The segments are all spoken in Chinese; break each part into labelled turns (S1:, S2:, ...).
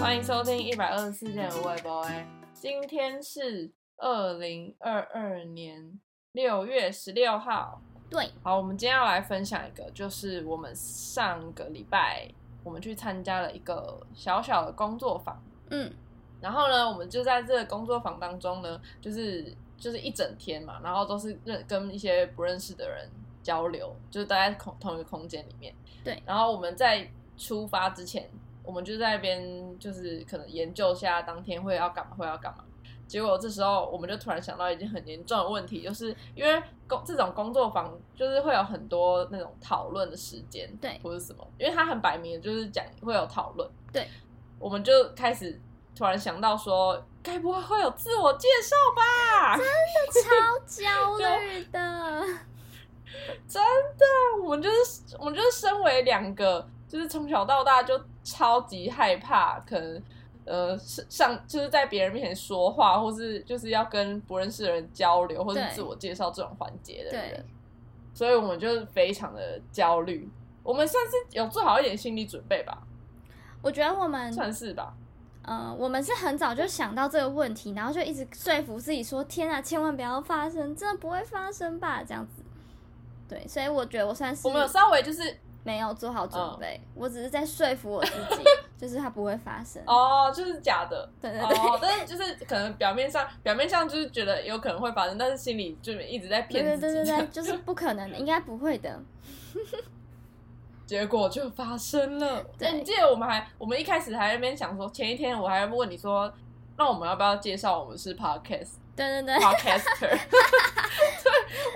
S1: 欢迎收听一百二十四件无微博哎，今天是二零二二年六月十六号。
S2: 对，
S1: 好，我们今天要来分享一个，就是我们上个礼拜我们去参加了一个小小的工作坊，
S2: 嗯，
S1: 然后呢，我们就在这个工作坊当中呢，就是就是一整天嘛，然后都是认跟一些不认识的人交流，就是待在同同一个空间里面。
S2: 对
S1: 然后我们在出发之前，我们就在那边就是可能研究一下当天会要干嘛，会要干嘛。结果这时候我们就突然想到一件很严重的问题，就是因为工这种工作坊就是会有很多那种讨论的时间，
S2: 对
S1: 或者什么，因为它很摆明的就是讲会有讨论，
S2: 对，
S1: 我们就开始突然想到说，该不会会有自我介绍吧？
S2: 超焦虑的，
S1: 真的，我们就是我们就是身为两个，就是从小到大就超级害怕，可能呃是上就是在别人面前说话，或是就是要跟不认识的人交流，或是
S2: 对
S1: 自我介绍这种环节的
S2: 对
S1: 人，所以我们就是非常的焦虑。我们算是有做好一点心理准备吧，
S2: 我觉得我们
S1: 算是吧。
S2: 呃，我们是很早就想到这个问题，然后就一直说服自己说：“天啊，千万不要发生，真的不会发生吧？”这样子。对，所以我觉得我算是
S1: 我们有嗯稍微就是
S2: 没有做好准备，我只是在说服我自 己，就是它不会发生。
S1: 哦，就是假的，
S2: 对对对，
S1: 哦，但是就是可能表面上表面上就是觉得有可能会发生，但是心里就一直在
S2: 对对
S1: 骗
S2: 对
S1: 自
S2: 对
S1: 己，
S2: 对，就是不可能的，应该不会的。
S1: 结果就发生了。
S2: 对
S1: 哎你记得我们还我们一开始还在那边想说，前一天我还问你说，那我们要不要介绍我们是 podcast
S2: 对对
S1: 哦
S2: 对
S1: podcaster？对，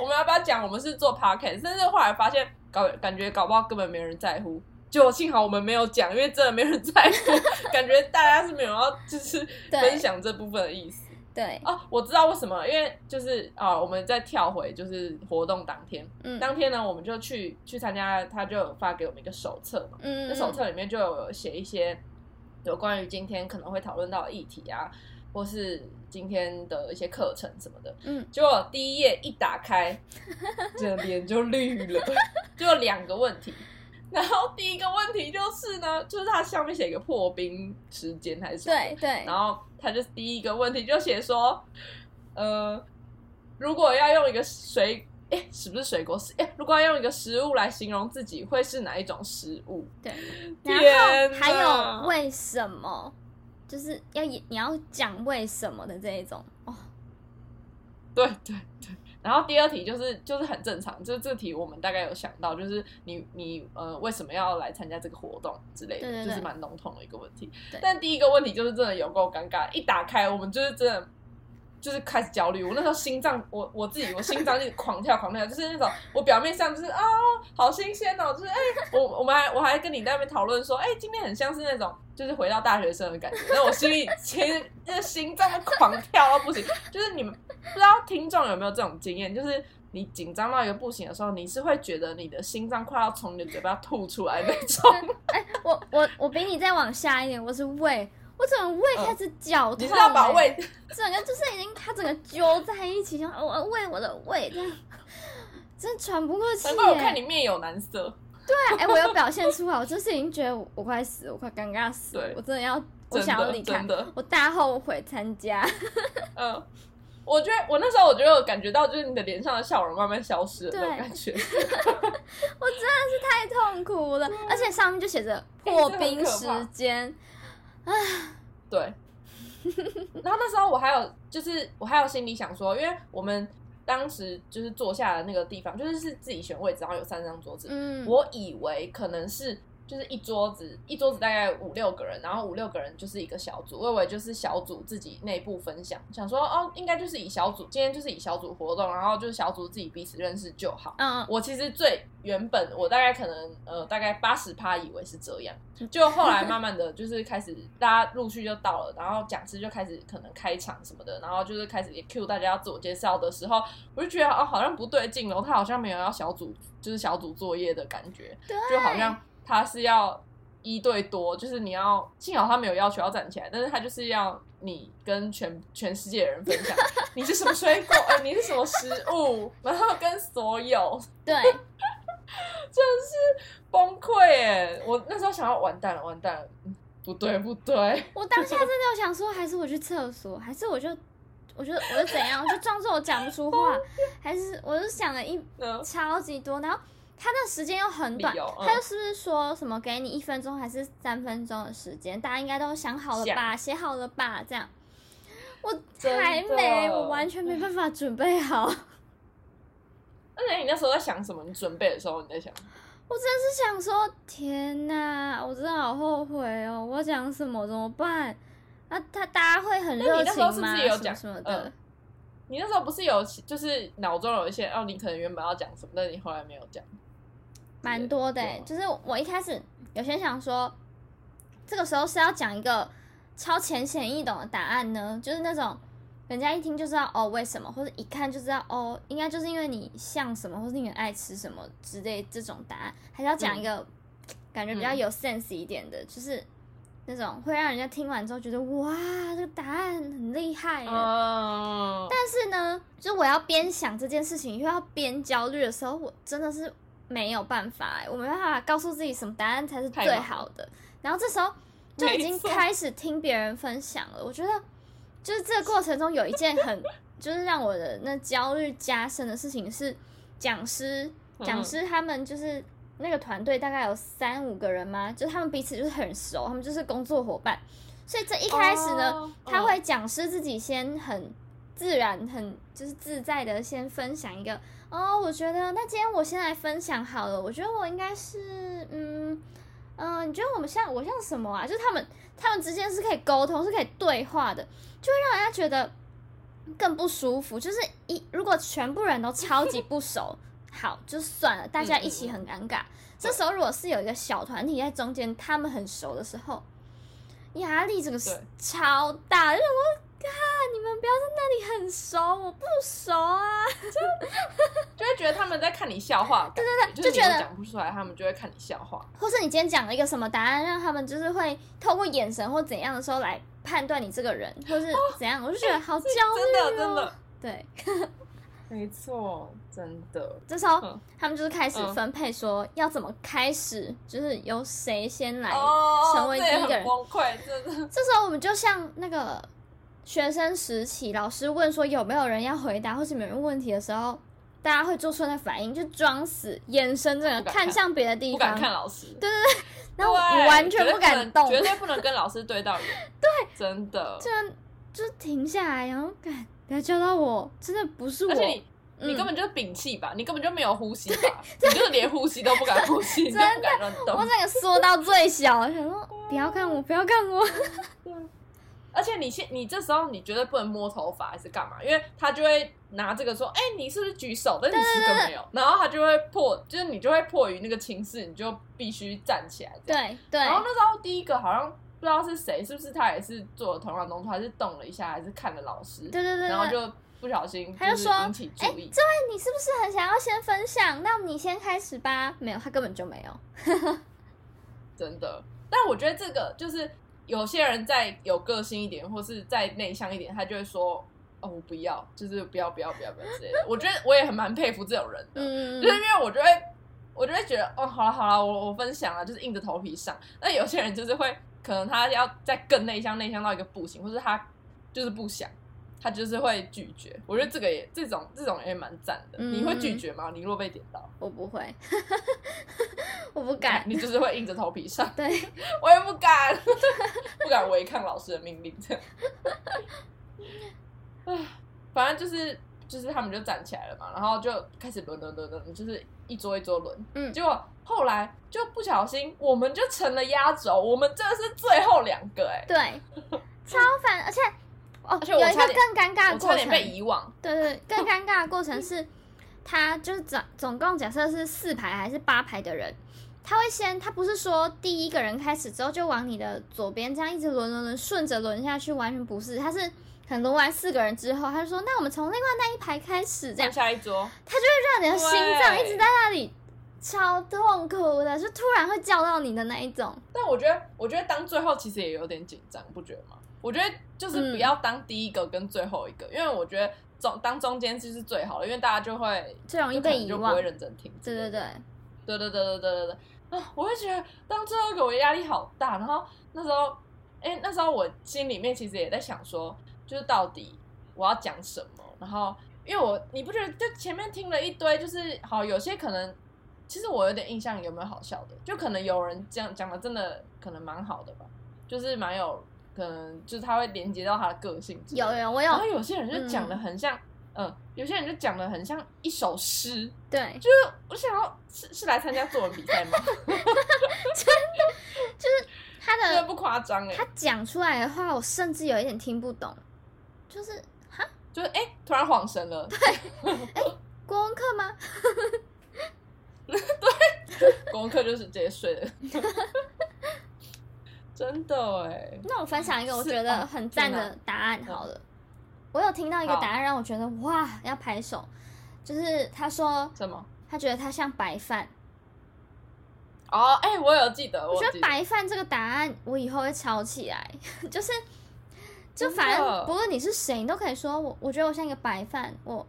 S1: 我们要不要讲我们是做 podcast？但是后来发现搞感觉搞不好根本没人在乎。就幸好我们没有讲，因为真的没人在 乎，感觉大家是没有要就是
S2: 对
S1: 分享这部分的意思。
S2: 对，
S1: 哦，我知道为什么，因为就是啊、我们再跳回就是活动当天，
S2: 嗯嗯
S1: 当天呢，我们就去去参加，他就有发给我们一个手册嘛，
S2: 嗯，
S1: 那
S2: 嗯
S1: 手册里面就有写一些有关于今天可能会讨论到的议题啊，或是今天的一些课程什么的。
S2: 嗯，
S1: 结果第一页一打开， 这脸就绿了，就有两个问题。然后第一个问题就是呢，就是它上面写一个破冰时间还是什么的
S2: 对对
S1: 然后他就第一个问题就写说，呃，如果要用一个水，哎、是不是水果？是哎、如果要用一个食物来形容自己，会是哪一种食物？
S2: 对，
S1: 天
S2: 然后还
S1: 哪
S2: 有为什么，就是要也你要讲为什么的这一种哦，
S1: 对对对。然后第二题就是就是很正常，就是这题我们大概有想到，就是你你呃为什么要来参加这个活动之类的，
S2: 对对对
S1: 就是蛮笼统的一个问题
S2: 对。
S1: 但第一个问题就是真的有够尴尬，一打开我们就是真的。就是开始焦虑，我那时候心脏，我我自己，我心脏一直狂跳狂跳，就是那种我表面上就是啊、好新鲜哦，就是哎、我我们还我还跟你在那边讨论说，哎、今天很像是那种就是回到大学生的感觉，那我心里其实那心脏都狂跳到不行，就是你们不知道听众有没有这种经验，就是你紧张到一个不行的时候，你是会觉得你的心脏快要从你的嘴巴吐出来那 种，
S2: 哎我我我比你再往下一点，我是胃，我整个胃开始绞
S1: 嗯 你
S2: 痛、
S1: 是要把
S2: 欸
S1: 胃
S2: 整个就是已经它整个揪在一起，像我我胃我的胃这样，真喘不过气、
S1: 难
S2: 欸。
S1: 怪我看你面有难色，
S2: 对啊，哎、我有表现出来，我就是已经觉得我我快死了，我快尴尬死了
S1: 对，
S2: 我真的要我
S1: 真
S2: 想要
S1: 的
S2: 离
S1: 真
S2: 开，
S1: 的，
S2: 我大后悔参加。
S1: 嗯。我觉得我那时候，我觉得我感觉到就是你的脸上的笑容慢慢消失的那种
S2: 对
S1: 感觉，
S2: 我真的是太痛苦了，
S1: 啊
S2: 而且上面就写 着破冰时间，
S1: 对。然后那时候我还有就是我还有心里想说，因为我们当时就是坐下的那个地方，就是是自己选位置，然后有三张桌子，
S2: 嗯，
S1: 我以为可能是就是一桌子，一桌子大概五六个人，然后五六个人就是一个小组，我以为就是小组自己内部分享，想说哦，应该就是以小组，今天就是以小组活动，然后就是小组自己彼此认识就好。
S2: 嗯，
S1: 我其实最原本我大概可能呃大概八十趴以为是这样，
S2: 嗯
S1: 就后来慢慢的就是开始大家陆续就到了，然后讲师就开始可能开场什么的，然后就是开始也 cue 大家要自我介绍的时候，我就觉得哦好像不对劲了，他好像没有要小组就是小组作业的感觉，
S2: 对，
S1: 就好像他是要一对多，就是你要幸好他没有要求要站起来，但是他就是要你跟全全世界的人分享 你是什么水果，呃，你是什么食物，然后跟所有
S2: 对，
S1: 真是崩溃哎！我那时候想要完蛋了，完蛋了，嗯不对不对，
S2: 我当下真的有想说，还是我去厕所， 还是我就，我就我就怎样，我就装作我讲不 出话，还是我就想了一
S1: 嗯
S2: 超级多，然后他的时间又很短
S1: 理由，嗯
S2: 他就是不是说什么给你一分钟还是三分钟的时间，大家应该都想好了吧，写好了吧，这样。我
S1: 真的
S2: 还没，我完全没办法准备好。
S1: 那你那时候在想什么？你准备的时候你在想什么，
S2: 我真是想说，天哪，我真的好后悔哦！我讲什么怎么办？啊，他大家会很
S1: 那
S2: 热
S1: 你那
S2: 情
S1: 时候
S2: 吗？
S1: 是不是有讲
S2: 什么什么的？
S1: 嗯你那时候不是有就是脑中有一些哦，你可能原本要讲什么，但你后来没有讲。
S2: 蛮多的、
S1: 对啊
S2: 欸，就是我一开始有些想说，这个时候是要讲一个超浅显易懂的答案呢，就是那种人家一听就知道哦为什么，或者一看就知道哦，应该就是因为你像什么，或是你很爱吃什么之类这种答案，还是要
S1: 嗯
S2: 讲一个感觉比较有 sense 一点的，就是那种会让人家听完之后觉得哇，这个答案很厉害耶、啊
S1: 嗯，
S2: 但是呢，就是我要边想这件事情，又要边焦虑的时候，我真的是没有办法、欸，我没办法告诉自己什么答案才是最好的。然后这时候就已经
S1: 没错
S2: 开始听别人分享了，我觉得就是这个过程中有一件 很就是让我的那焦虑加深的事情是讲师，
S1: 嗯
S2: 讲师他们就是。那个团队大概有三五个人嘛，就他们彼此就是很熟，他们就是工作伙伴，所以这一开始呢，
S1: 哦
S2: 他
S1: 嗯
S2: 会讲师自己先很自然、很就是自在的先分享一个哦，我觉得那今天我先来分享好了，我觉得我应该是嗯嗯、呃你觉得我们像我像什么啊？就是他们他们之间是可以沟通、是可以对话的，就会让人家觉得更不舒服。就是一如果全部人都超级不熟，好就算了，大家一起很尴尬。这时候如果是有一个小团体在中间，他们很熟的时候，压力整个是
S1: 对
S2: 超大，就想说。啊！你们不要在那里很熟，我不熟啊。
S1: 就会觉得他们在看你笑话的感觉，就
S2: 对对对
S1: 是
S2: 就觉
S1: 你
S2: 得
S1: 又讲不出来，他们就会看你笑话。
S2: 或是你今天讲了一个什么答案，让他们就是会透过眼神或怎样的时候来判断你这个 人，或是怎样，我就觉得好焦
S1: 真
S2: 虑、哦
S1: 的真的，
S2: 对，
S1: 没错，真的。
S2: 这时候、
S1: 嗯
S2: 他们就是开始
S1: 嗯
S2: 分配说要怎么开始，就是由谁先来。
S1: 哦，
S2: 哎成为
S1: 这也
S2: 第一个
S1: 很
S2: 人
S1: 崩溃，真 的。
S2: 这时候我们就像那个学生时期，老师问说有没有人要回答，或是没人问问题的时候，大家会做出那反应，就装死，眼神这个
S1: 不敢
S2: 看
S1: 看
S2: 向别的地
S1: 不敢
S2: 方，
S1: 看老师，对，
S2: 然后我完全不敢动，
S1: 绝对不能跟老师对 到眼，对，真的。
S2: 就停下来，然后敢不要叫到我，真的不是我
S1: 而且，你你
S2: 嗯
S1: 根本就是屏气吧，你根本就没有呼吸吧， 你就是连呼吸都不敢呼 吸，你就不敢乱
S2: 我
S1: 动。
S2: 整个缩到最小，想说不要看我，不要看 我，
S1: 而且你现你这时候你绝对不能摸头发还是干嘛，因为他就会拿这个说，哎、你是不是举手？但是你其实根本没有，然后他就会迫，就是你就会迫于那个情势，你就必须站起来。这样。
S2: 对对，
S1: 然后那时候第一个好像不知道是谁，是不是他也是做了同样的动作，还是动了一下，还是看了老师，
S2: 对对对
S1: 然后
S2: 对，
S1: 就不小心
S2: 他就是说哎
S1: 引起注意。
S2: 那你是不是很想要先分享？那你先开始吧。没有，他根本就没有。
S1: 真的。但我觉得这个就是有些人在有个性一点，或是再内向一点，他就会说：“哦，我不要，就是不要，不要，不要，不要之 类的。”我觉得我也很蛮佩服这种人的，
S2: 嗯，
S1: 就是因为我就会，我就会觉得，哦，好了好了，我我分享了，啊就是硬着头皮上。那有些人就是会，可能他要再更内向，内向到一个不行，或是他就是不想。他就是会拒绝，我觉得这个也这种这种也蛮赞的。
S2: 嗯
S1: 你会拒绝吗？你若被点到，
S2: 我不会， 我不敢。
S1: 你就是会硬着头皮上。
S2: 对，
S1: 我也不敢， 不敢违抗老师的命令。这样， 唉反正就是就是他们就站起来了嘛，然后就开始轮轮轮轮，就是一桌一桌轮。
S2: 嗯
S1: 结果后来就不小心，我们就成了压轴，我们真的是最后两个哎、
S2: 对，超烦，而且哦，
S1: 而且
S2: 有
S1: 我
S2: 一个
S1: 差点
S2: 更尴尬
S1: 我
S2: 的
S1: 差
S2: 过
S1: 点
S2: 程，
S1: 被遗忘。
S2: 对对，对更尴尬的过程是，他就是总总共假设是四排还是八排的人，他会先，他不是说第一个人开始之后就往你的左边这样一直轮轮轮顺着轮下去，完全不是，他是可能轮完四个人之后，他就说那我们从另外那一排开始这样
S1: 换，下一桌，
S2: 他就会让你的心脏一
S1: 对
S2: 直在那里超痛苦的，就突然会叫到你的那一种，
S1: 但我觉得，我觉得当最后其实也有点紧张，不觉得吗？我觉得就是
S2: 嗯
S1: 不要当第一个跟最后一个，因为我觉得中当中间其实是最好的，因为大家就会
S2: 最容易
S1: 就可
S2: 被
S1: 能
S2: 遗
S1: 就不
S2: 忘
S1: 会。认真听之
S2: 对
S1: 类
S2: 对
S1: 的。
S2: 对，
S1: 对对对对对对对。啊，我会觉得当最后一个我压力好大。然后那时候，哎、那时候我心里面其实也在想说，就是到底我要讲什么。然后因为我你不觉得就前面听了一堆，就是好有些可能。其实我有点印象，有没有好笑的？就可能有人这样讲的，真的可能蛮好的吧，就是蛮有可能，就是他会连接到他的个性之类的。
S2: 有有，我
S1: 然后
S2: 有
S1: 有些人就讲的很像，嗯、有些人就讲的很像一首诗，
S2: 对，
S1: 就是我想要是是来参加作文比 赛吗？
S2: 他
S1: 真的
S2: 的
S1: 不夸张哎
S2: 他，讲出来的话，我甚至有一点听不懂，就是哈，
S1: 就是哎、突然恍神了，
S2: 国文课吗？
S1: 功课就是直接睡 了，真的哎，
S2: 那我分享一个我
S1: 是
S2: 觉得
S1: 哦
S2: 很赞
S1: 天
S2: 的
S1: 哪
S2: 答案好了。我有听到一个
S1: 好
S2: 答案让我觉得哇，要拍手，就是他说
S1: 什么？
S2: 他觉得他像白饭。
S1: 哦，哎、我有记得，
S2: 我
S1: 有
S2: 觉
S1: 记得
S2: 得白饭这个答案我以后会抄起来， 就是就
S1: 真的
S2: 反正不论你是谁，你都可以说我，我觉得我像一个白饭，我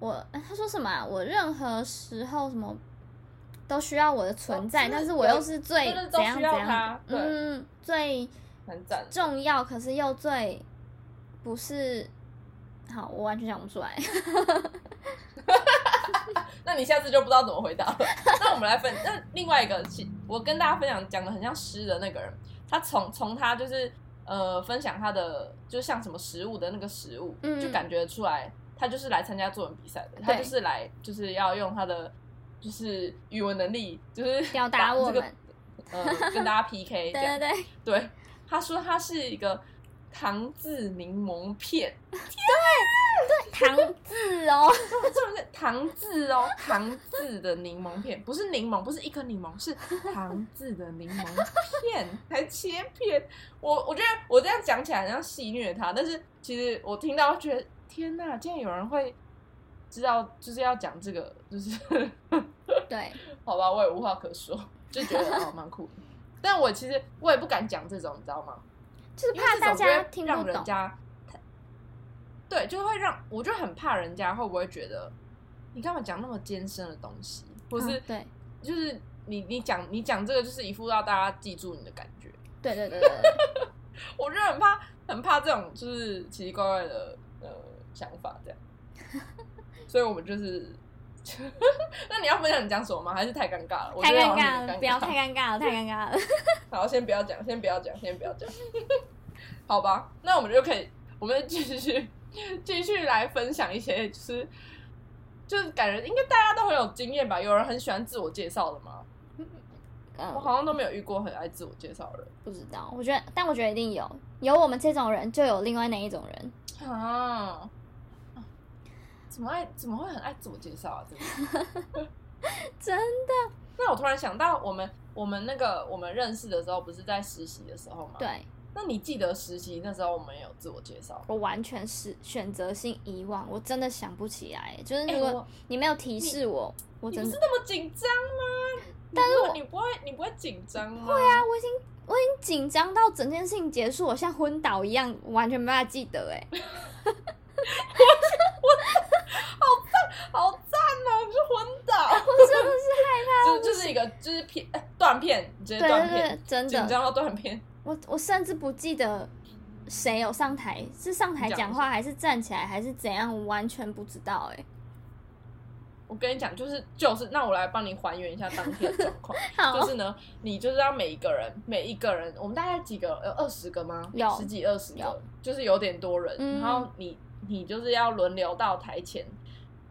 S2: 我哎他说什么、啊？我任何时候什么都需要我的存
S1: 哦
S2: 在，
S1: 就是
S2: 但是我又是最
S1: 就是都
S2: 怎样
S1: 需
S2: 怎
S1: 要
S2: 样
S1: 它，对
S2: 嗯，最
S1: 很赞，
S2: 重要，可是又最不是好，我完全想不出来。
S1: 那你下次就不知道怎么回答了。 那我们来分，那另外一个是，我跟大家分享讲的很像诗的那个人，他从从他就是呃分享他的，就像什么食物的那个食物，
S2: 嗯
S1: 就感觉出来他就是来参加作文比赛的，他就是来就是要用他的就是语文能力，就是
S2: 表达
S1: 把
S2: 我
S1: 这个
S2: 们
S1: 呃跟大家 PK 这
S2: 对对
S1: 样。
S2: 对，
S1: 对，他说他是一个糖渍柠檬片，
S2: 糖字哦，
S1: 这不是糖渍哦， 糖渍的柠檬片，不是柠檬，不是一颗柠檬，是糖渍的柠檬片，还切片。我我觉得我这样讲起来好像戏虐他，但是其实我听到觉得天哪，竟然有人会知道，就是要讲这个，就是
S2: 对，
S1: 好吧，我也无话可说，就觉得哦蛮酷的。但我其实我也不敢讲这种，你知道吗？
S2: 就是
S1: 因为
S2: 怕
S1: 这
S2: 大
S1: 种就会
S2: 家听
S1: 让
S2: 不
S1: 人
S2: 懂。
S1: 家，对，就会让我就很怕人家会不会觉得你干嘛讲那么艰深的东西，或是、
S2: 嗯对
S1: 就是你你讲你讲这个就是一副要大家记住你的感觉，
S2: 对对对对对。
S1: 我就很怕很怕这种就是奇奇怪怪的呃想法这样，所以我们就是。 那你要分享你讲什么吗？还是太尴尬了？我
S2: 太
S1: 觉得
S2: 尴
S1: 好像
S2: 尬
S1: 很
S2: 了，
S1: 尴
S2: 不要太尴尬了，太尴尬了。
S1: 好，先不要讲，先不要讲，先不要讲， 好吧？那我们就可以，我们继续继续来分享一些，就是就是感觉应该大家都很有经验吧？有人很喜欢自我介绍的吗？我
S2: 嗯，
S1: 好像都没有遇过很爱自我介绍的人
S2: 不知道，我觉得，但我觉得一定有，有我们这种人，就有另外那一种人。
S1: 啊。怎么爱怎么会很爱自我介绍啊？真的。
S2: 真的，
S1: 那我突然想到，我们我们那个我们认识的时候，不是在实习的时候吗？。
S2: 对
S1: 那你记得实习那时候我们有自我介绍吗？
S2: 我完全是选择性遗忘，我真的想不起来。就是
S1: 哎
S2: 如果
S1: 我
S2: 你没有提示我，我
S1: 你
S2: 真
S1: 不
S2: 的
S1: 是那么紧张吗？但是你不会，你不会紧张吗？会
S2: 啊，我已经我已经紧张到整件事情结束，我像昏倒一样，完全没办法记得。哎，
S1: 好赞哦！你是昏 倒，
S2: 我真的是
S1: 就就是一个就是片哎断片，直接
S2: 对
S1: 断
S2: 啊对对
S1: 片，，
S2: 真
S1: 紧
S2: 的，
S1: 张到断片。
S2: 我我甚至不记得谁有上台，是上台
S1: 你讲
S2: 讲话还是站起来还是怎样，我完全不知道。哎。
S1: 我跟你讲，就是就是，那我来帮你还原一下当天的状况。
S2: 好，
S1: 就是呢，你就是要每一个人，每一个人，我们大概几个有二十个吗？
S2: 有
S1: 十几二十个
S2: 有，
S1: 就是有点多人。
S2: 嗯
S1: 然后你你就是要轮流到台前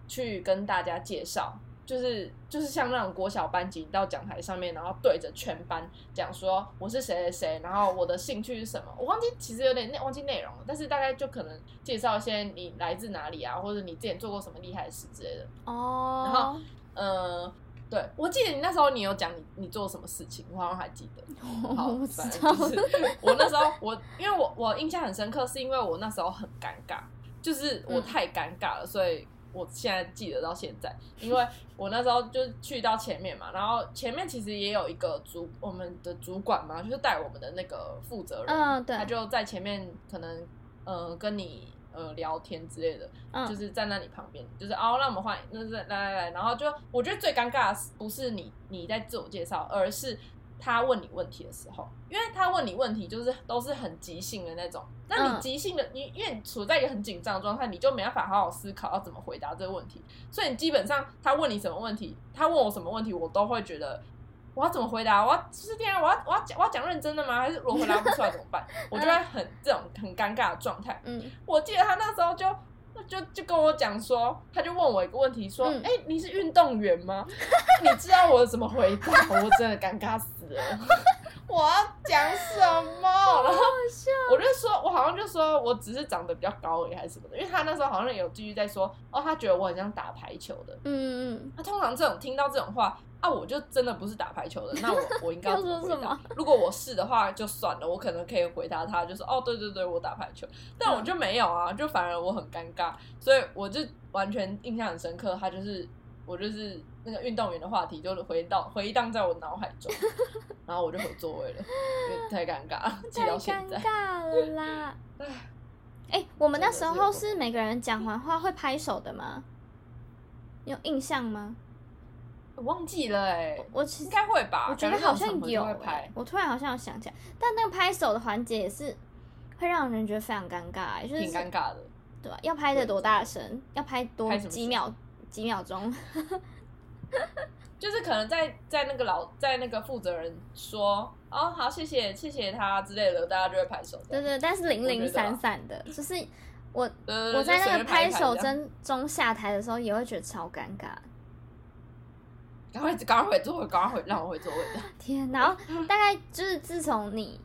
S1: 去跟大家介绍，就是就是像那种国小班级到讲台上面，然后对着全班讲说我是谁谁谁，然后我的兴趣是什么，我忘记其实有点内忘记内容了，但是大概就可能介绍一些你来自哪里啊，或者你之前做过什么厉害的事之类的。然
S2: 哦
S1: 后，呃，对，我记得你那时候你有讲你你做什么事情，我好像还记 得。好
S2: 我不，知
S1: 反
S2: 道
S1: 正就，是我那时候我因为我我印象很深刻，是因为我那时候很尴尬，就是我
S2: 嗯
S1: 太尴尬了，所以我现在记得到现在。因为我那时候就去到前面嘛，然后前面其实也有一个主我们的主管嘛，就是带我们的那个负责人，
S2: 嗯对
S1: 他就在前面可能呃跟你呃呃聊天之类的，
S2: 嗯
S1: 就是站在你旁边，就是哦，让我们换，那是来来来，然后就我觉得最尴尬的是不是你你在自我介绍，而是他问你问题的时候，因为他问你问题就是都是很即兴的那种，那你
S2: 嗯
S1: 即兴的，你因为你处在一个很紧张的状态，你就没办法好好思考要怎么回答这个问题，所以你基本上他问你什么问题，他问我什么问题，我都会觉得。我要怎么回答？我要就是这样，我要我要讲我要讲认真的吗？还是我回答不出来怎么办？ 我就会很这种很尴尬的状态。
S2: 嗯
S1: 我记得他那时候就就就跟我讲说，他就问我一个问题，说：“哎、
S2: 嗯
S1: 你是运动员吗？” 你知道我怎么回答？我真的尴尬死了， 我要讲什么？然后我就说，我好像就说我只是长得比较高而已，还是什么的。因为他那时候好像有继续在说，哦，他觉得我很像打排球的。
S2: 嗯
S1: 那、通常这种听到这种话啊，我就真的不是打排球的，那 我我应该怎么
S2: 要说
S1: 回
S2: 什
S1: 答
S2: 么？
S1: 如果我是的话，就算了，我可能可以回答他，就是哦，对对对，我打排球，但
S2: 嗯
S1: 我就没有啊，就反而我很尴尬，所以我就完全印象很深刻，他就是我就是那个运动员的话题，就是回到回荡在我脑海 中，然后我就回座位了，因为太尴尬了，
S2: 嗯，
S1: 记
S2: 太
S1: 到现
S2: 尴
S1: 在，
S2: 尬了啦。
S1: 唉
S2: 哎、我们那时
S1: 真
S2: 候
S1: 的是有
S2: 是每个人讲完话会拍手的吗？你有印象吗？
S1: 我忘记了哎、
S2: 我其
S1: 应
S2: 实
S1: 该会吧，
S2: 我觉得
S1: 感
S2: 好
S1: 这种
S2: 像
S1: 场合就
S2: 有、
S1: 会拍
S2: 欸，，我突然好像有想起来，但那个拍手的环节也是会让人觉得非常尴尬、欸，就是
S1: 挺尴尬的。
S2: 对吧、要拍的多大声，要拍多
S1: 拍什么
S2: 几
S1: 声
S2: 秒几秒钟，
S1: 就是可能在在那个老在那个负责人说哦好谢谢谢谢他之类的，大家就会拍手。
S2: 对对，但是零
S1: 我觉
S2: 零
S1: 得啊
S2: 散散 的，就是我
S1: 对对对，
S2: 我
S1: 呃就
S2: 在
S1: 随
S2: 那个
S1: 便拍一
S2: 手
S1: 这样，
S2: 真中下台的时候也会觉得超尴尬，
S1: 赶快赶快回座位，赶快回让我回 座位的。
S2: 天！ 然后大概就是自从你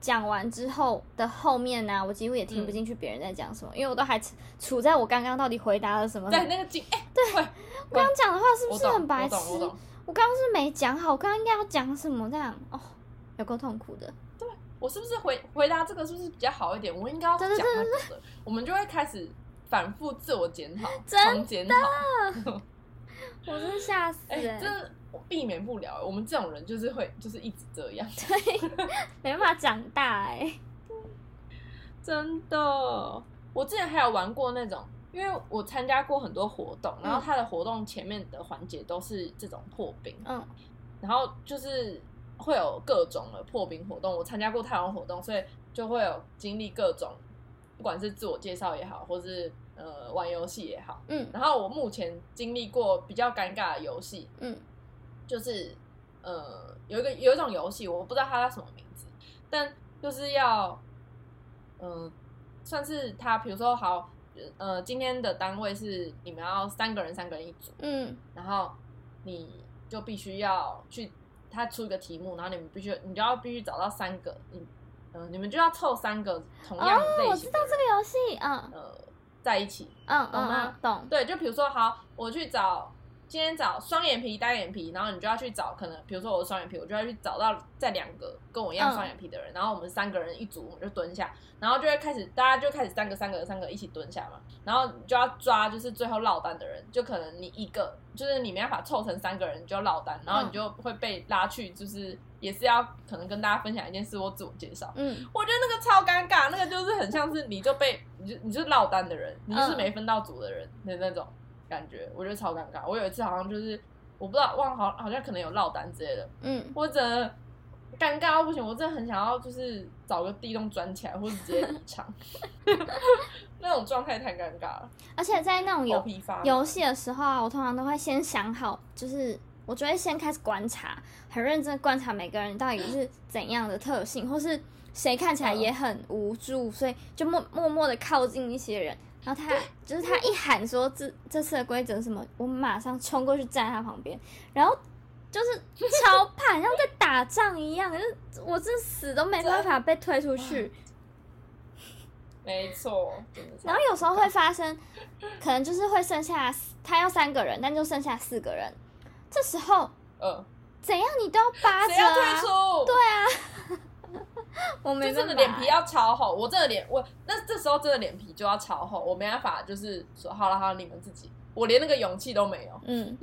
S2: 讲完之后的后面呢、我几乎也听不进去别人在讲什么，因为我都还处处在我刚刚到底回答了什么。
S1: 在那个镜哎、对，会
S2: 我刚刚讲的话是不
S1: 我
S2: 是
S1: 懂
S2: 很白
S1: 我
S2: 痴？
S1: 懂我懂，
S2: 我刚刚是没讲好，我刚刚应该要讲什么这样哦，有够痛苦的。
S1: 我是不是回回答这个是不是比较好一点？我应该要讲
S2: 对
S1: 那
S2: 对对
S1: 个的，我们就会开始反复自我检讨，
S2: 真
S1: 重检讨。
S2: 我真的吓死
S1: 哎、
S2: 欸
S1: 这避免不了、我们这种人就是会就是一直这样，
S2: 没办法长大哎、
S1: 真的，我之前还有玩过那种，因为我参加过很多活动，然后它的活动前面的环节都是这种破冰，
S2: 嗯
S1: 然后就是会有各种的破冰活动。我参加过太阳活动，所以就会有经历各种，不管是自我介绍也好，或是呃玩游戏也好。
S2: 嗯
S1: 然后我目前经历过比较尴尬的游戏，
S2: 嗯
S1: 就是呃，有一个有一种游戏，我不知道它叫什么名字，但就是要，嗯、算是它，比如说好，呃，今天的单位是你们要三个人，三个人一组，
S2: 嗯
S1: 然后你就必须要去，他出一个题目，然后你们必须，你就要必须找到三个，你，嗯、你们就要凑三个同样
S2: 哦，
S1: 类
S2: 我知
S1: 型
S2: 道
S1: 的人、
S2: 这个游戏，嗯
S1: 呃，在一起，
S2: 嗯
S1: 懂
S2: 嗯
S1: 吗
S2: 嗯，懂。
S1: 对，就比如说，好，我去找今天找双眼皮、单眼皮，然后你就要去找，可能比如说我是双眼皮，我就要去找到这两个跟我一样
S2: 嗯
S1: 双眼皮的人，然后我们三个人一组，我们就蹲下，然后就会开始，大家就开始三个、三个、三个一起蹲下嘛，然后你就要抓就是最后落单的人，就可能你一个就是你没办法凑成三个人，你就落单，然后你
S2: 嗯
S1: 就会被拉去，就是也是要可能跟大家分享一件事或自我介绍，
S2: 嗯
S1: 我觉得那个超尴尬，那个就是很像是你就被你就你就是落单的人，你
S2: 嗯
S1: 就是没分到组的人的那种感觉，我觉得超尴尬。我有一次好像就是我不知道忘了好好像可能有落单之类的，
S2: 嗯，
S1: 我真的尴尬到不行，我真的很想要就是找个地洞钻起来，或者直接离 场，那种状态太尴尬了，
S2: 而且在那种
S1: 头
S2: 有
S1: 皮发麻
S2: 游戏的时候啊，我通常都会先想好，就是我就会先开始观察，很认真地观察每个人到底是怎样的特性，或是谁看起来也很无助，所以就默默默的靠近一些人。然后他就是他一喊说这这次的规则是什么，我马上冲过去站在他旁边，然后就是超怕， 像在打仗一样，就是我这死都没办法被推出去。
S1: 没错，真的是
S2: 然后有时候会发生，可能就是会剩下四他要三个人，但就剩下四个人，这时候
S1: 呃，
S2: 怎样你都要扒着
S1: 谁要退
S2: 啊，
S1: 出？对。
S2: 我没
S1: 就真
S2: 办法欸
S1: 的脸皮要超厚，我真的脸我那这时候真的脸皮就要超厚，我没办法，就是说好了好了，你们自己，我连那个勇气都没有，
S2: 嗯，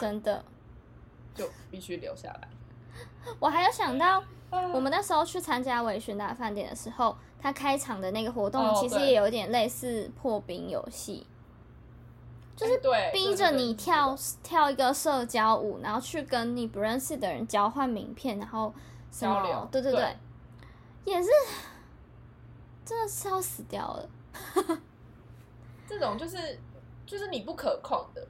S2: 真的。
S1: 就必须留下来。
S2: 我还有想到，
S1: 我
S2: 啊我们那时候去参加维寻达饭店的时候，他开场的那个活动
S1: 哦
S2: 其实
S1: 对
S2: 也有点类似破冰游戏，就是
S1: 哎对
S2: 逼着你跳跳一个社交舞，然后去跟你不认识的人交换名片，然后什么
S1: 交流
S2: 对对
S1: 对
S2: 对，也是真的是要死掉了。
S1: 这种就是就是你不可控的，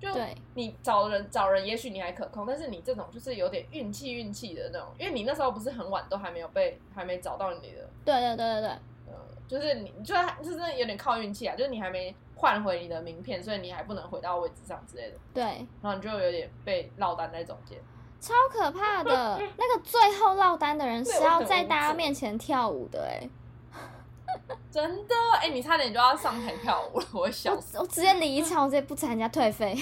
S1: 就
S2: 对
S1: 你找人找人，也许你还可控，但是你这种就是有点运气运气的那种，因为你那时候不是很晚，都还没有被还没找到你的，
S2: 对对对对对，
S1: 呃，就是你就算就是真的有点靠运气啊，就是你还没换回你的名片，所以你还不能回到位置上之类的，
S2: 对，
S1: 然后你就有点被落单在中间。
S2: 超可怕的！那个最后落单的人是要在大家面前跳舞的、欸，
S1: 真的，哎、你差点就要上台跳舞了，我会笑 死。
S2: 我直接离场，我直接不参加退费。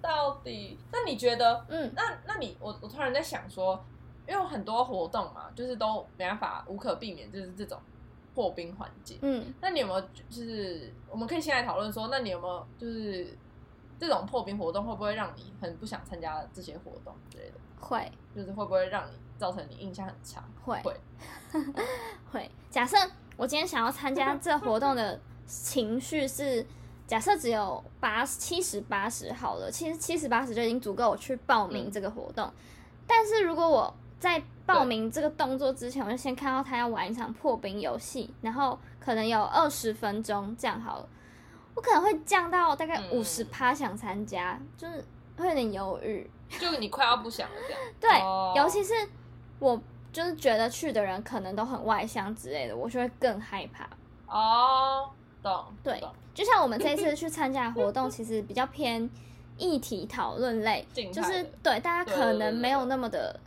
S1: 到底，那你觉得
S2: 嗯，
S1: 那那你我我突然在想说，因为有很多活动嘛，就是都没办法无可避免，就是这种破冰环节。
S2: 嗯，
S1: 那你有没有就是我们可以先来讨论说，那你有没有就是这种破冰活动会不会让你很不想参加这些活动之类的？
S2: 会
S1: 就是会不会让你造成你印象很差？
S2: 会
S1: 会
S2: 会。假设我今天想要 参加这活动的情绪是，假设只有八七十八十好了，其实七十八十就已经足够我去报名
S1: 嗯
S2: 这个活动。但是如果我在报名这个动作之前，我就先看到他要玩一场破冰游戏，然后可能有二十分钟，这样好了，我可能会降到大概
S1: 嗯
S2: 五十趴想参加，就是会有点犹豫。
S1: 就你快要不想了这 样。
S2: 对，
S1: 哦
S2: 尤其是我就是觉得去的人可能都很外向之类的，我就会更害怕。
S1: 哦，懂。
S2: 对
S1: 懂，
S2: 就像我们这次去参加的活动，其实比较偏议题讨论类
S1: 静，态
S2: 就
S1: 的
S2: 是对大家
S1: 对
S2: 可
S1: 对对
S2: 能
S1: 对
S2: 没有那么的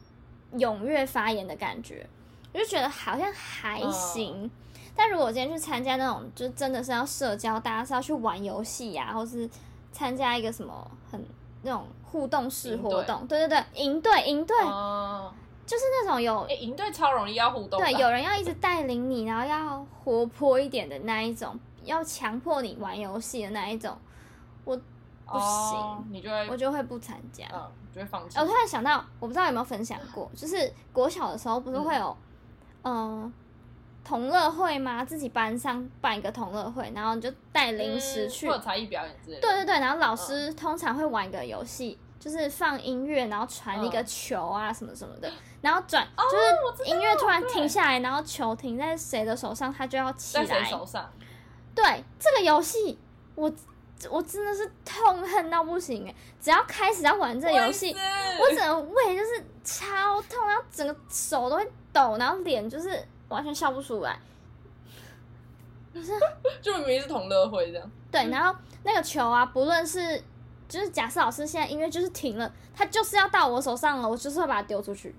S2: 踊跃发言的感觉，我就觉得好像还
S1: 嗯
S2: 行。但如果我今天去参加那种，就真的是要社交，大家是要去玩游戏呀，或是参加一个什么很那种互动式
S1: 营
S2: 活
S1: 队
S2: 动，对对对，营队营队、
S1: 哦，
S2: 就是那种有
S1: 哎、营队超容易要互动的啊。
S2: 对，有人要一直带领你，然后要活泼一点的那一种，要强迫你玩游戏的那一种，我不行
S1: 哦你就会
S2: 我就会不参加。
S1: 嗯，就会放弃。
S2: 呃我突然想到，我不知道有没有分享过，就是国小的时候不是
S1: 嗯
S2: 会有，嗯、同乐会吗？自己班上办一个同乐会，然后你就带零食
S1: 嗯
S2: 去，
S1: 或者才艺表演之类的。
S2: 对对对，然后
S1: 嗯
S2: 老师通常会玩一个游戏，就是放音乐，然后传一个
S1: 嗯
S2: 球啊什么什么的，然后转、
S1: 哦我
S2: 就
S1: 知
S2: 是音乐突然
S1: 对
S2: 停下来，然后球停在谁的手上，他就要起
S1: 在谁
S2: 来。
S1: 手上？
S2: 对这个游戏，我我真的是痛恨到不行哎！只要开始要玩这个游戏，我
S1: 我也
S2: 整
S1: 是
S2: 个胃就是超痛，然后整个手都会抖，然后脸就是完全笑不出来。
S1: 就明明是同乐会这样，
S2: 对，然后那个球啊，不论是就是假设老师现在音乐就是停了，他就是要到我手上了，我就是会把它丢 出去。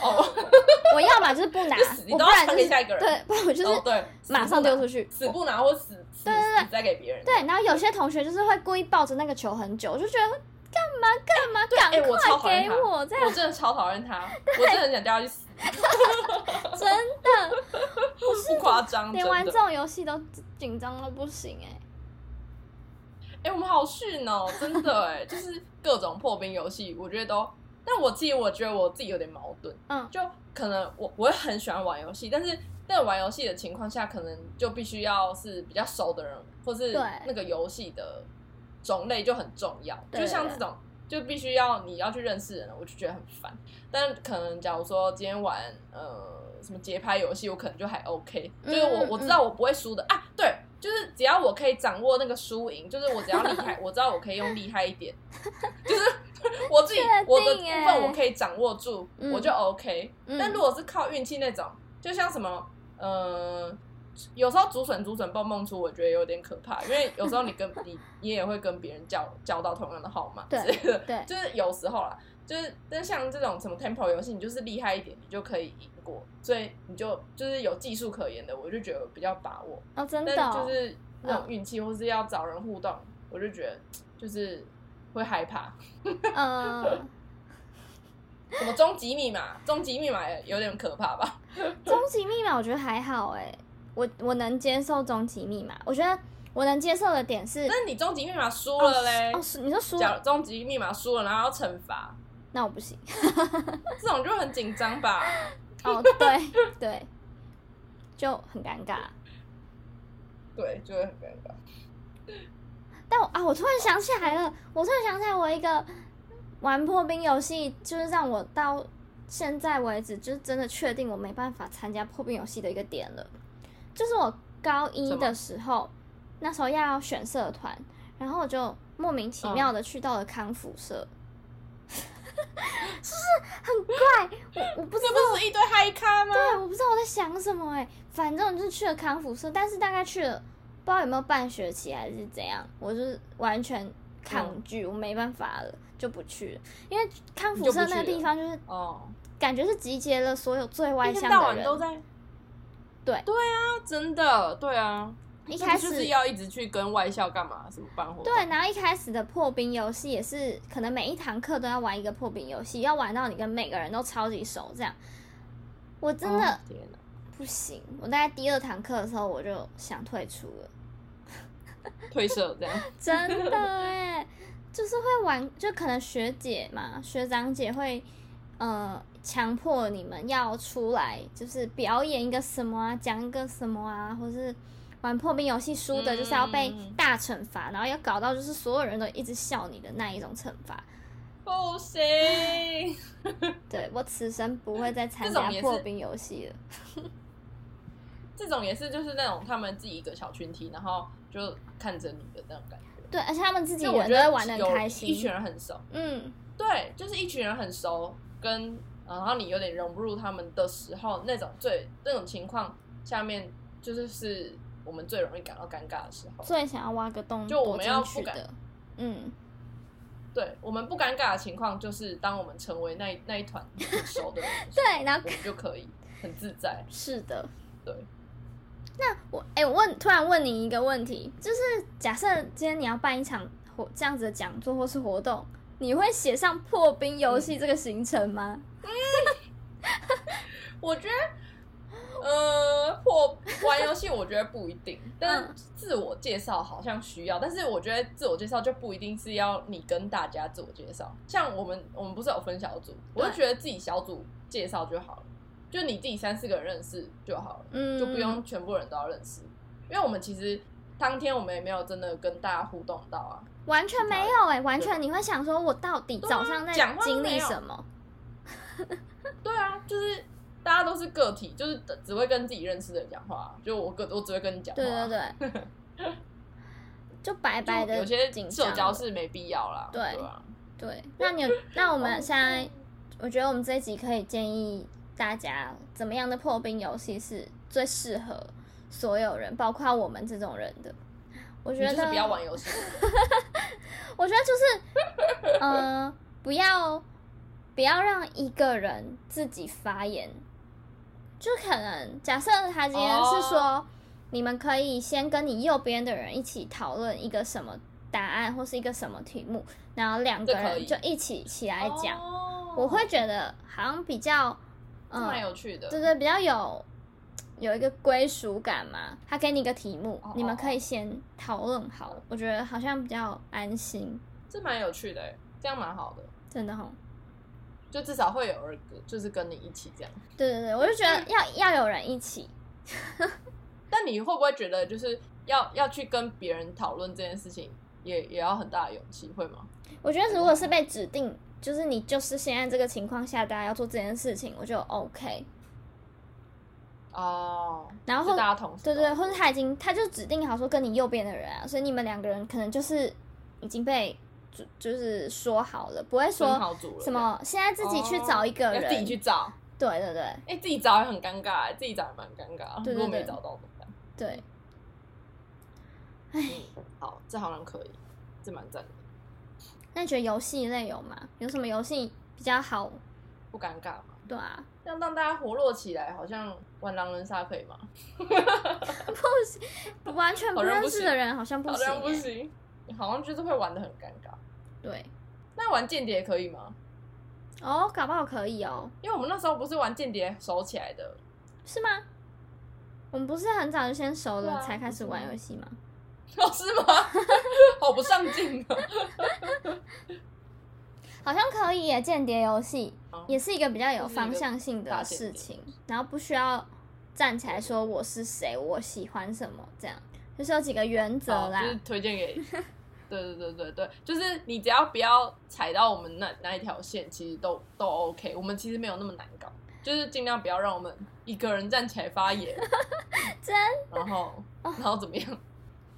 S1: 哦，
S2: 我要么就是不拿
S1: 就死，你
S2: 我
S1: 都
S2: 不
S1: 要
S2: 然
S1: 传
S2: 就
S1: 给
S2: 是
S1: 下一个人
S2: 对，不然我 就是、
S1: 哦对，
S2: 马上丢出去
S1: 死不拿或死死
S2: 对对对
S1: 死再给别人。
S2: 对。然后有些同学就是会故意抱着那个球很久，我就觉得干嘛干嘛，赶、
S1: 哎我超讨
S2: 快
S1: 厌
S2: 给
S1: 他
S2: 我这样
S1: 我，真的超讨厌他，我真的很想叫他去 死，
S2: 真 的
S1: 不夸张，真
S2: 连玩这
S1: 的。
S2: 种游戏都紧张到不行哎、
S1: 哎，我们好逊哦，真的哎，就是各种破冰游戏，我觉得都。但我自己，我觉得我自己有点矛盾，
S2: 嗯
S1: 就可能我我会很喜欢玩游戏，但是在玩游戏的情况下，可能就必须要是比较熟的人，或是
S2: 对
S1: 那个游戏的种类就很重要。
S2: 对
S1: 就像这种，就必须要你要去认识人了，我就觉得很烦。但可能假如说今天玩呃什么节拍游戏，我可能就还 OK，
S2: 嗯
S1: 就是我
S2: 嗯
S1: 我知道我不会输的、啊。对，就是只要我可以掌握那个输赢，就是我只要厉 害，我知道我可以用厉害一点，就是 我自己
S2: 确定
S1: 我的部
S2: 欸
S1: 分我可以掌握住，
S2: 嗯
S1: 我就 OK。
S2: 嗯
S1: 但如果是靠运气那种，就像什么，呃，有时候竹笋竹笋蹦蹦出，我觉得有点可怕，因为有时候你跟 你你也会跟别人叫叫到同样的号码之
S2: 对
S1: 类的，
S2: 对
S1: 就是有时候啦，就是但像这种什么 tempo 游戏，你就是厉害一点，你就可以赢过，所以你就就是有技术可言的，我就觉得比较把握，
S2: 哦真的
S1: 但
S2: 哦、
S1: 就是那种运气或是要找人互动，我就觉得就是会害怕。
S2: 嗯，
S1: 什么终极密码，终极密码也有点可怕 吧？
S2: 终极密码我觉得还好哎、我我能接受终极密码，我觉得我能接受的点是哦
S1: 但是你终极密码输了嘞
S2: 哦，，是你说输
S1: 假如终极密码输了，然后要惩罚，
S2: 那我不行。
S1: 这种就会很紧张吧？
S2: 哦，对 对，就很尴尬。
S1: 对，就会很尴尬。
S2: 但我啊，我突然想起来了，我突然想起来，我一个玩破冰游戏，就是让我到现在为止，就是真的确定我没办法参加破冰游戏的一个点了，就是我高一
S1: 什么
S2: 的时候，那时候要选社团，然后我就莫名其
S1: 嗯
S2: 妙的去到了康复社。 就是很怪，我我不知道
S1: 这不是一堆嗨咖吗？
S2: 对，我不知道我在想什么哎、反正我就是去了康复社，但是大概去了不知道有没有半学期还是怎样，我就是完全抗拒，我没办法了，就不去了。因为康
S1: 嗯你
S2: 复
S1: 就不
S2: 社那个
S1: 去了
S2: 地方就是
S1: 哦，
S2: 感觉是集结了所有最外
S1: 一天
S2: 向
S1: 到
S2: 的
S1: 晚都
S2: 人。
S1: 在。
S2: 对
S1: 对啊，真的对啊。
S2: 一
S1: 那
S2: 开
S1: 不就
S2: 始
S1: 是要一直去跟外校干嘛？什么办活动？
S2: 对，然后一开始的破冰游戏也是，可能每一堂课都要玩一个破冰游戏，要玩到你跟每个人都超级熟这样。我真的、
S1: 哦天哪
S2: 不行，我大概第二堂课的时候我就想退出了。
S1: 退社这 样。
S2: 真的哎，就是会玩，就可能学姐嘛，学长姐会呃强迫你们要出来，就是表演一个什么啊，讲一个什么啊，或是玩破冰游戏输的，就是要被
S1: 嗯
S2: 大惩罚，然后要搞到就是所有人都一直笑你的那一种惩罚。
S1: 不行，
S2: 对我此生不会再参
S1: 这种
S2: 加
S1: 也是
S2: 破冰游戏了。
S1: 这种也是就是那种他们自己一个小群体，然后就看着你的那种感觉。
S2: 对，而且他们自己
S1: 就我
S2: 人
S1: 觉
S2: 都
S1: 得
S2: 会玩的
S1: 有
S2: 很开
S1: 一群
S2: 心。
S1: 人很熟，
S2: 嗯，
S1: 对，就是一群人很熟，跟呃然后你有点融不入他们的时候，那种最那种情况下面，就是是我们最容易感到尴尬的时候。
S2: 最想要挖个洞
S1: 就我
S2: 躲
S1: 们
S2: 进
S1: 要
S2: 去
S1: 不敢
S2: 的。嗯，
S1: 对我们不尴尬的情况，就是当我们成为那一那一团很熟的人的时候，
S2: 对，然后
S1: 我们就可以很自在。
S2: 是的，
S1: 对。
S2: 那我哎、我问，突然问你一个问题，就是假设今天你要办一场活这样子的讲座或是活动，你会写上破冰游戏这个行程吗？
S1: 我觉得，呃，破玩游戏我觉得不一定，但是自我介绍好像需要。但是我觉得自我介绍就不一定是要你跟大家自我介绍。像我们我们不是有分小组，我就觉得自己小组介绍就好了，就你自己三四个人认识就好了，
S2: 嗯，
S1: 就不用全部人都要认识。因为我们其实当天我们也没有真的跟大家互动到啊，
S2: 完全没有哎、完全你会想说，我到底
S1: 对啊
S2: 早上在
S1: 讲话都
S2: 经
S1: 没
S2: 历
S1: 有
S2: 什么？
S1: 对啊，就是大家都是个体，就是只会跟自己认识的人讲话啊、就我个我只会跟你讲话
S2: 对
S1: 啊、
S2: 对对， 就白白
S1: 就
S2: 的
S1: 有些
S2: 紧
S1: 社
S2: 张
S1: 交
S2: 了
S1: 是没必要啦。
S2: 对
S1: 啊，
S2: 对，那你有那我们现在，我觉得我们这一集可以建议大家怎么样的破冰游戏是最适合所有人，包括我们这种人的。我
S1: 我
S2: 觉
S1: 就是
S2: 得
S1: 不要玩游戏，
S2: 我觉得就是，呃，不要不要让一个人自己发言，就可能假设他今天是说
S1: 哦
S2: 你们可以先跟你右边的人一起讨论一个什么答案或是一个什么题目，然后两个
S1: 这可以
S2: 人就一起起 来讲，
S1: 哦
S2: 我会觉得好像比较，
S1: 这蛮
S2: 嗯，
S1: 有趣的。
S2: 对对，比较有有一个归属感嘛。他给你一个题目，
S1: 哦
S2: 你们
S1: 哦
S2: 可以先讨论好，我觉得好像比较安心，
S1: 这蛮有趣的欸，这样蛮好的，
S2: 真的吼。
S1: 就至少会有人就是跟你一起这样。
S2: 对对对，我就觉得要要有人一起，
S1: 但你会不会觉得就是要要去跟别人讨论这件事情，也也要很大的勇气，会吗？
S2: 我觉得如果是被指定，就是你就是现在这个情况下大家要做这件事情，我就 OK。
S1: 哦，
S2: 然后
S1: 就大家同时
S2: 对
S1: 都
S2: 对，或者他已经他就指定好说跟你右边的人啊，所以你们两个人可能就是已经被就就是说好了，不会
S1: 分
S2: 说
S1: 好组了
S2: 什么现在
S1: 这
S2: 自
S1: 样
S2: 己去找一个
S1: 哦
S2: 人，
S1: 要自己去找。
S2: 对对对
S1: 哎、自己找也很尴尬欸，自己找也蛮尴尬。
S2: 对对
S1: 如果没
S2: 对
S1: 找到怎么办？
S2: 对，
S1: 嗯，好，这好像可以，这蛮赞的，
S2: 那你觉得游戏类有吗？有什么游戏比较好？
S1: 不尴尬嘛。
S2: 对啊，
S1: 这样让大家活络起来，好像玩狼人杀可以吗？
S2: 完全不
S1: 好像
S2: 认
S1: 不
S2: 识
S1: 行
S2: 的人好像不
S1: 好
S2: 行欸、
S1: 像不行，好像就是会玩的很尴尬。
S2: 对，
S1: 那玩间谍可以吗？
S2: 哦，搞不好可以哦，
S1: 因为我们那时候不是玩间谍熟起来的，
S2: 是吗？我们不是很早就先熟
S1: 对
S2: 了
S1: 啊
S2: 才开始
S1: 不是
S2: 玩
S1: 吗
S2: 游戏吗？
S1: 哦，是吗？好不上进哦。
S2: 好像可以耶，间谍游戏
S1: 哦
S2: 也是一个比较有
S1: 就是一个
S2: 方向性
S1: 大
S2: 的
S1: 间
S2: 事
S1: 谍
S2: 情，然后不需要站起来说我是谁，我喜欢什么这样，就是有几个原则
S1: 好
S2: 啦。
S1: 就是推荐 给。对对对对对，就是你只要不要踩到我们那那一条线，其实都都 OK。我们其实没有那么难搞，就是尽量不要让我们一个人站起来发言。
S2: 真哦
S1: 然后然后怎么 样？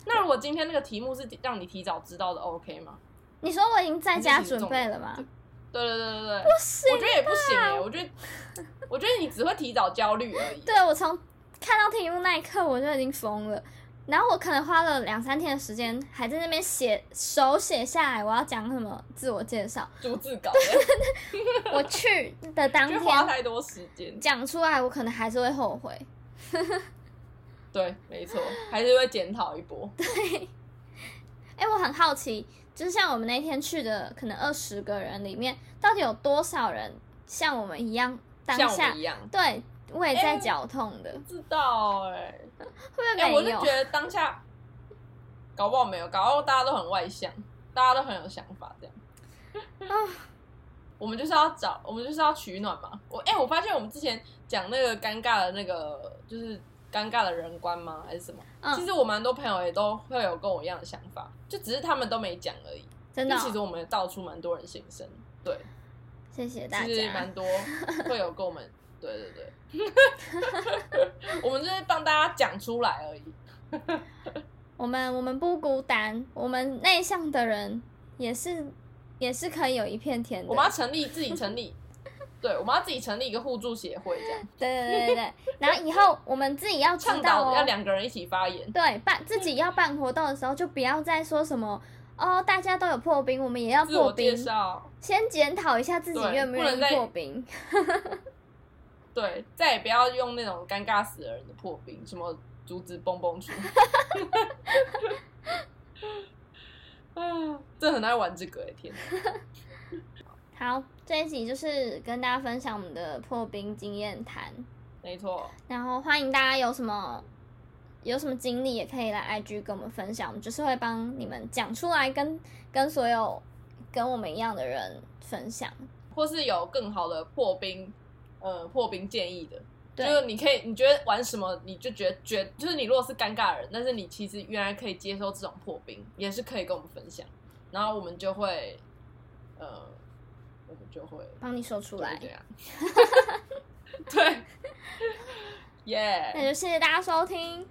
S1: 那如果今天那个题目是让你提早知道的，OK 吗？
S2: 你说我已经在
S1: 你就
S2: 家
S1: 挺
S2: 准
S1: 重
S2: 备
S1: 的
S2: 了吗？
S1: 对对对对对，
S2: 不行啊
S1: 我，觉得也不行哎、我觉得我觉得你只会提早焦虑而已。
S2: 对我从看到题目那一刻我就已经疯了，然后我可能花了两三天的时间，还在那边写手写下来我要讲什么自我介绍，
S1: 逐字稿的，
S2: 我去的当
S1: 就花
S2: 天
S1: 太多时间。
S2: 讲出来，我可能还是会后悔。
S1: 对，没错，还是会检讨一波。
S2: 哎、我很好奇，就是像我们那天去的，可能二十个人里面，到底有多少人像我们一样当
S1: 像我
S2: 下
S1: 们一样，
S2: 对我也在
S1: 哎
S2: 绞痛的，
S1: 不知道哎、
S2: 会不
S1: 哎、我
S2: 会没
S1: 是
S2: 有？
S1: 觉得当下搞不好没有，搞不好大家都很外向，大家都很有想法这样。
S2: 啊
S1: 我们就是要找，我们就是要取暖嘛。我哎、我发现我们之前讲那个尴尬的那个，就是尴尬的人观吗？还是什么？
S2: 嗯
S1: 其实我蛮多朋友也都会有跟我一样的想法，就只是他们都没讲而已。
S2: 真的
S1: 那
S2: 哦、
S1: 其实我们道出蛮多人心声，对，
S2: 谢谢大
S1: 其实
S2: 家
S1: 蛮。 多会有跟我们，对对 对，我们就是帮大家讲出来而已。
S2: 我们我们不孤单，我们内向的人也是也是可以有一片天的。
S1: 我们要成立自己成立，对，我们要自己成立一个互助协会，这样
S2: 对对对对对，然后以后我们自己要知
S1: 倡
S2: 道
S1: 导
S2: 哦，
S1: 要两个人一起发言。
S2: 对办自己要办活动的时候，就不要再说什么哦，大家都有破冰，我们也要
S1: 自我
S2: 破
S1: 介
S2: 冰。
S1: 绍，
S2: 先检讨一下自己
S1: 对
S2: 愿
S1: 不
S2: 愿
S1: 能再
S2: 意破冰。
S1: 对，再也不要用那种尴尬死的人的破冰，什么竹子蹦蹦出。 啊，这很爱玩这个哎、天哪！
S2: 好，这一集就是跟大家分享我们的破冰经验谈，
S1: 没错，
S2: 然后欢迎大家有什么有什么经历也可以来 IG 跟我们分享，我们就是会帮你们讲出来跟，跟所有跟我们一样的人分享。
S1: 或是有更好的破冰，呃，破冰建议的，就
S2: 对
S1: 是你可以，你觉得玩什么，你就觉得觉得，就是你如果是尴尬的人，但是你其实原来可以接受这种破冰，也是可以跟我们分享，然后我们就会，呃，我们就会
S2: 帮你说出
S1: 就会
S2: 来
S1: 这。样，对，耶、
S2: 那就谢谢大家收听，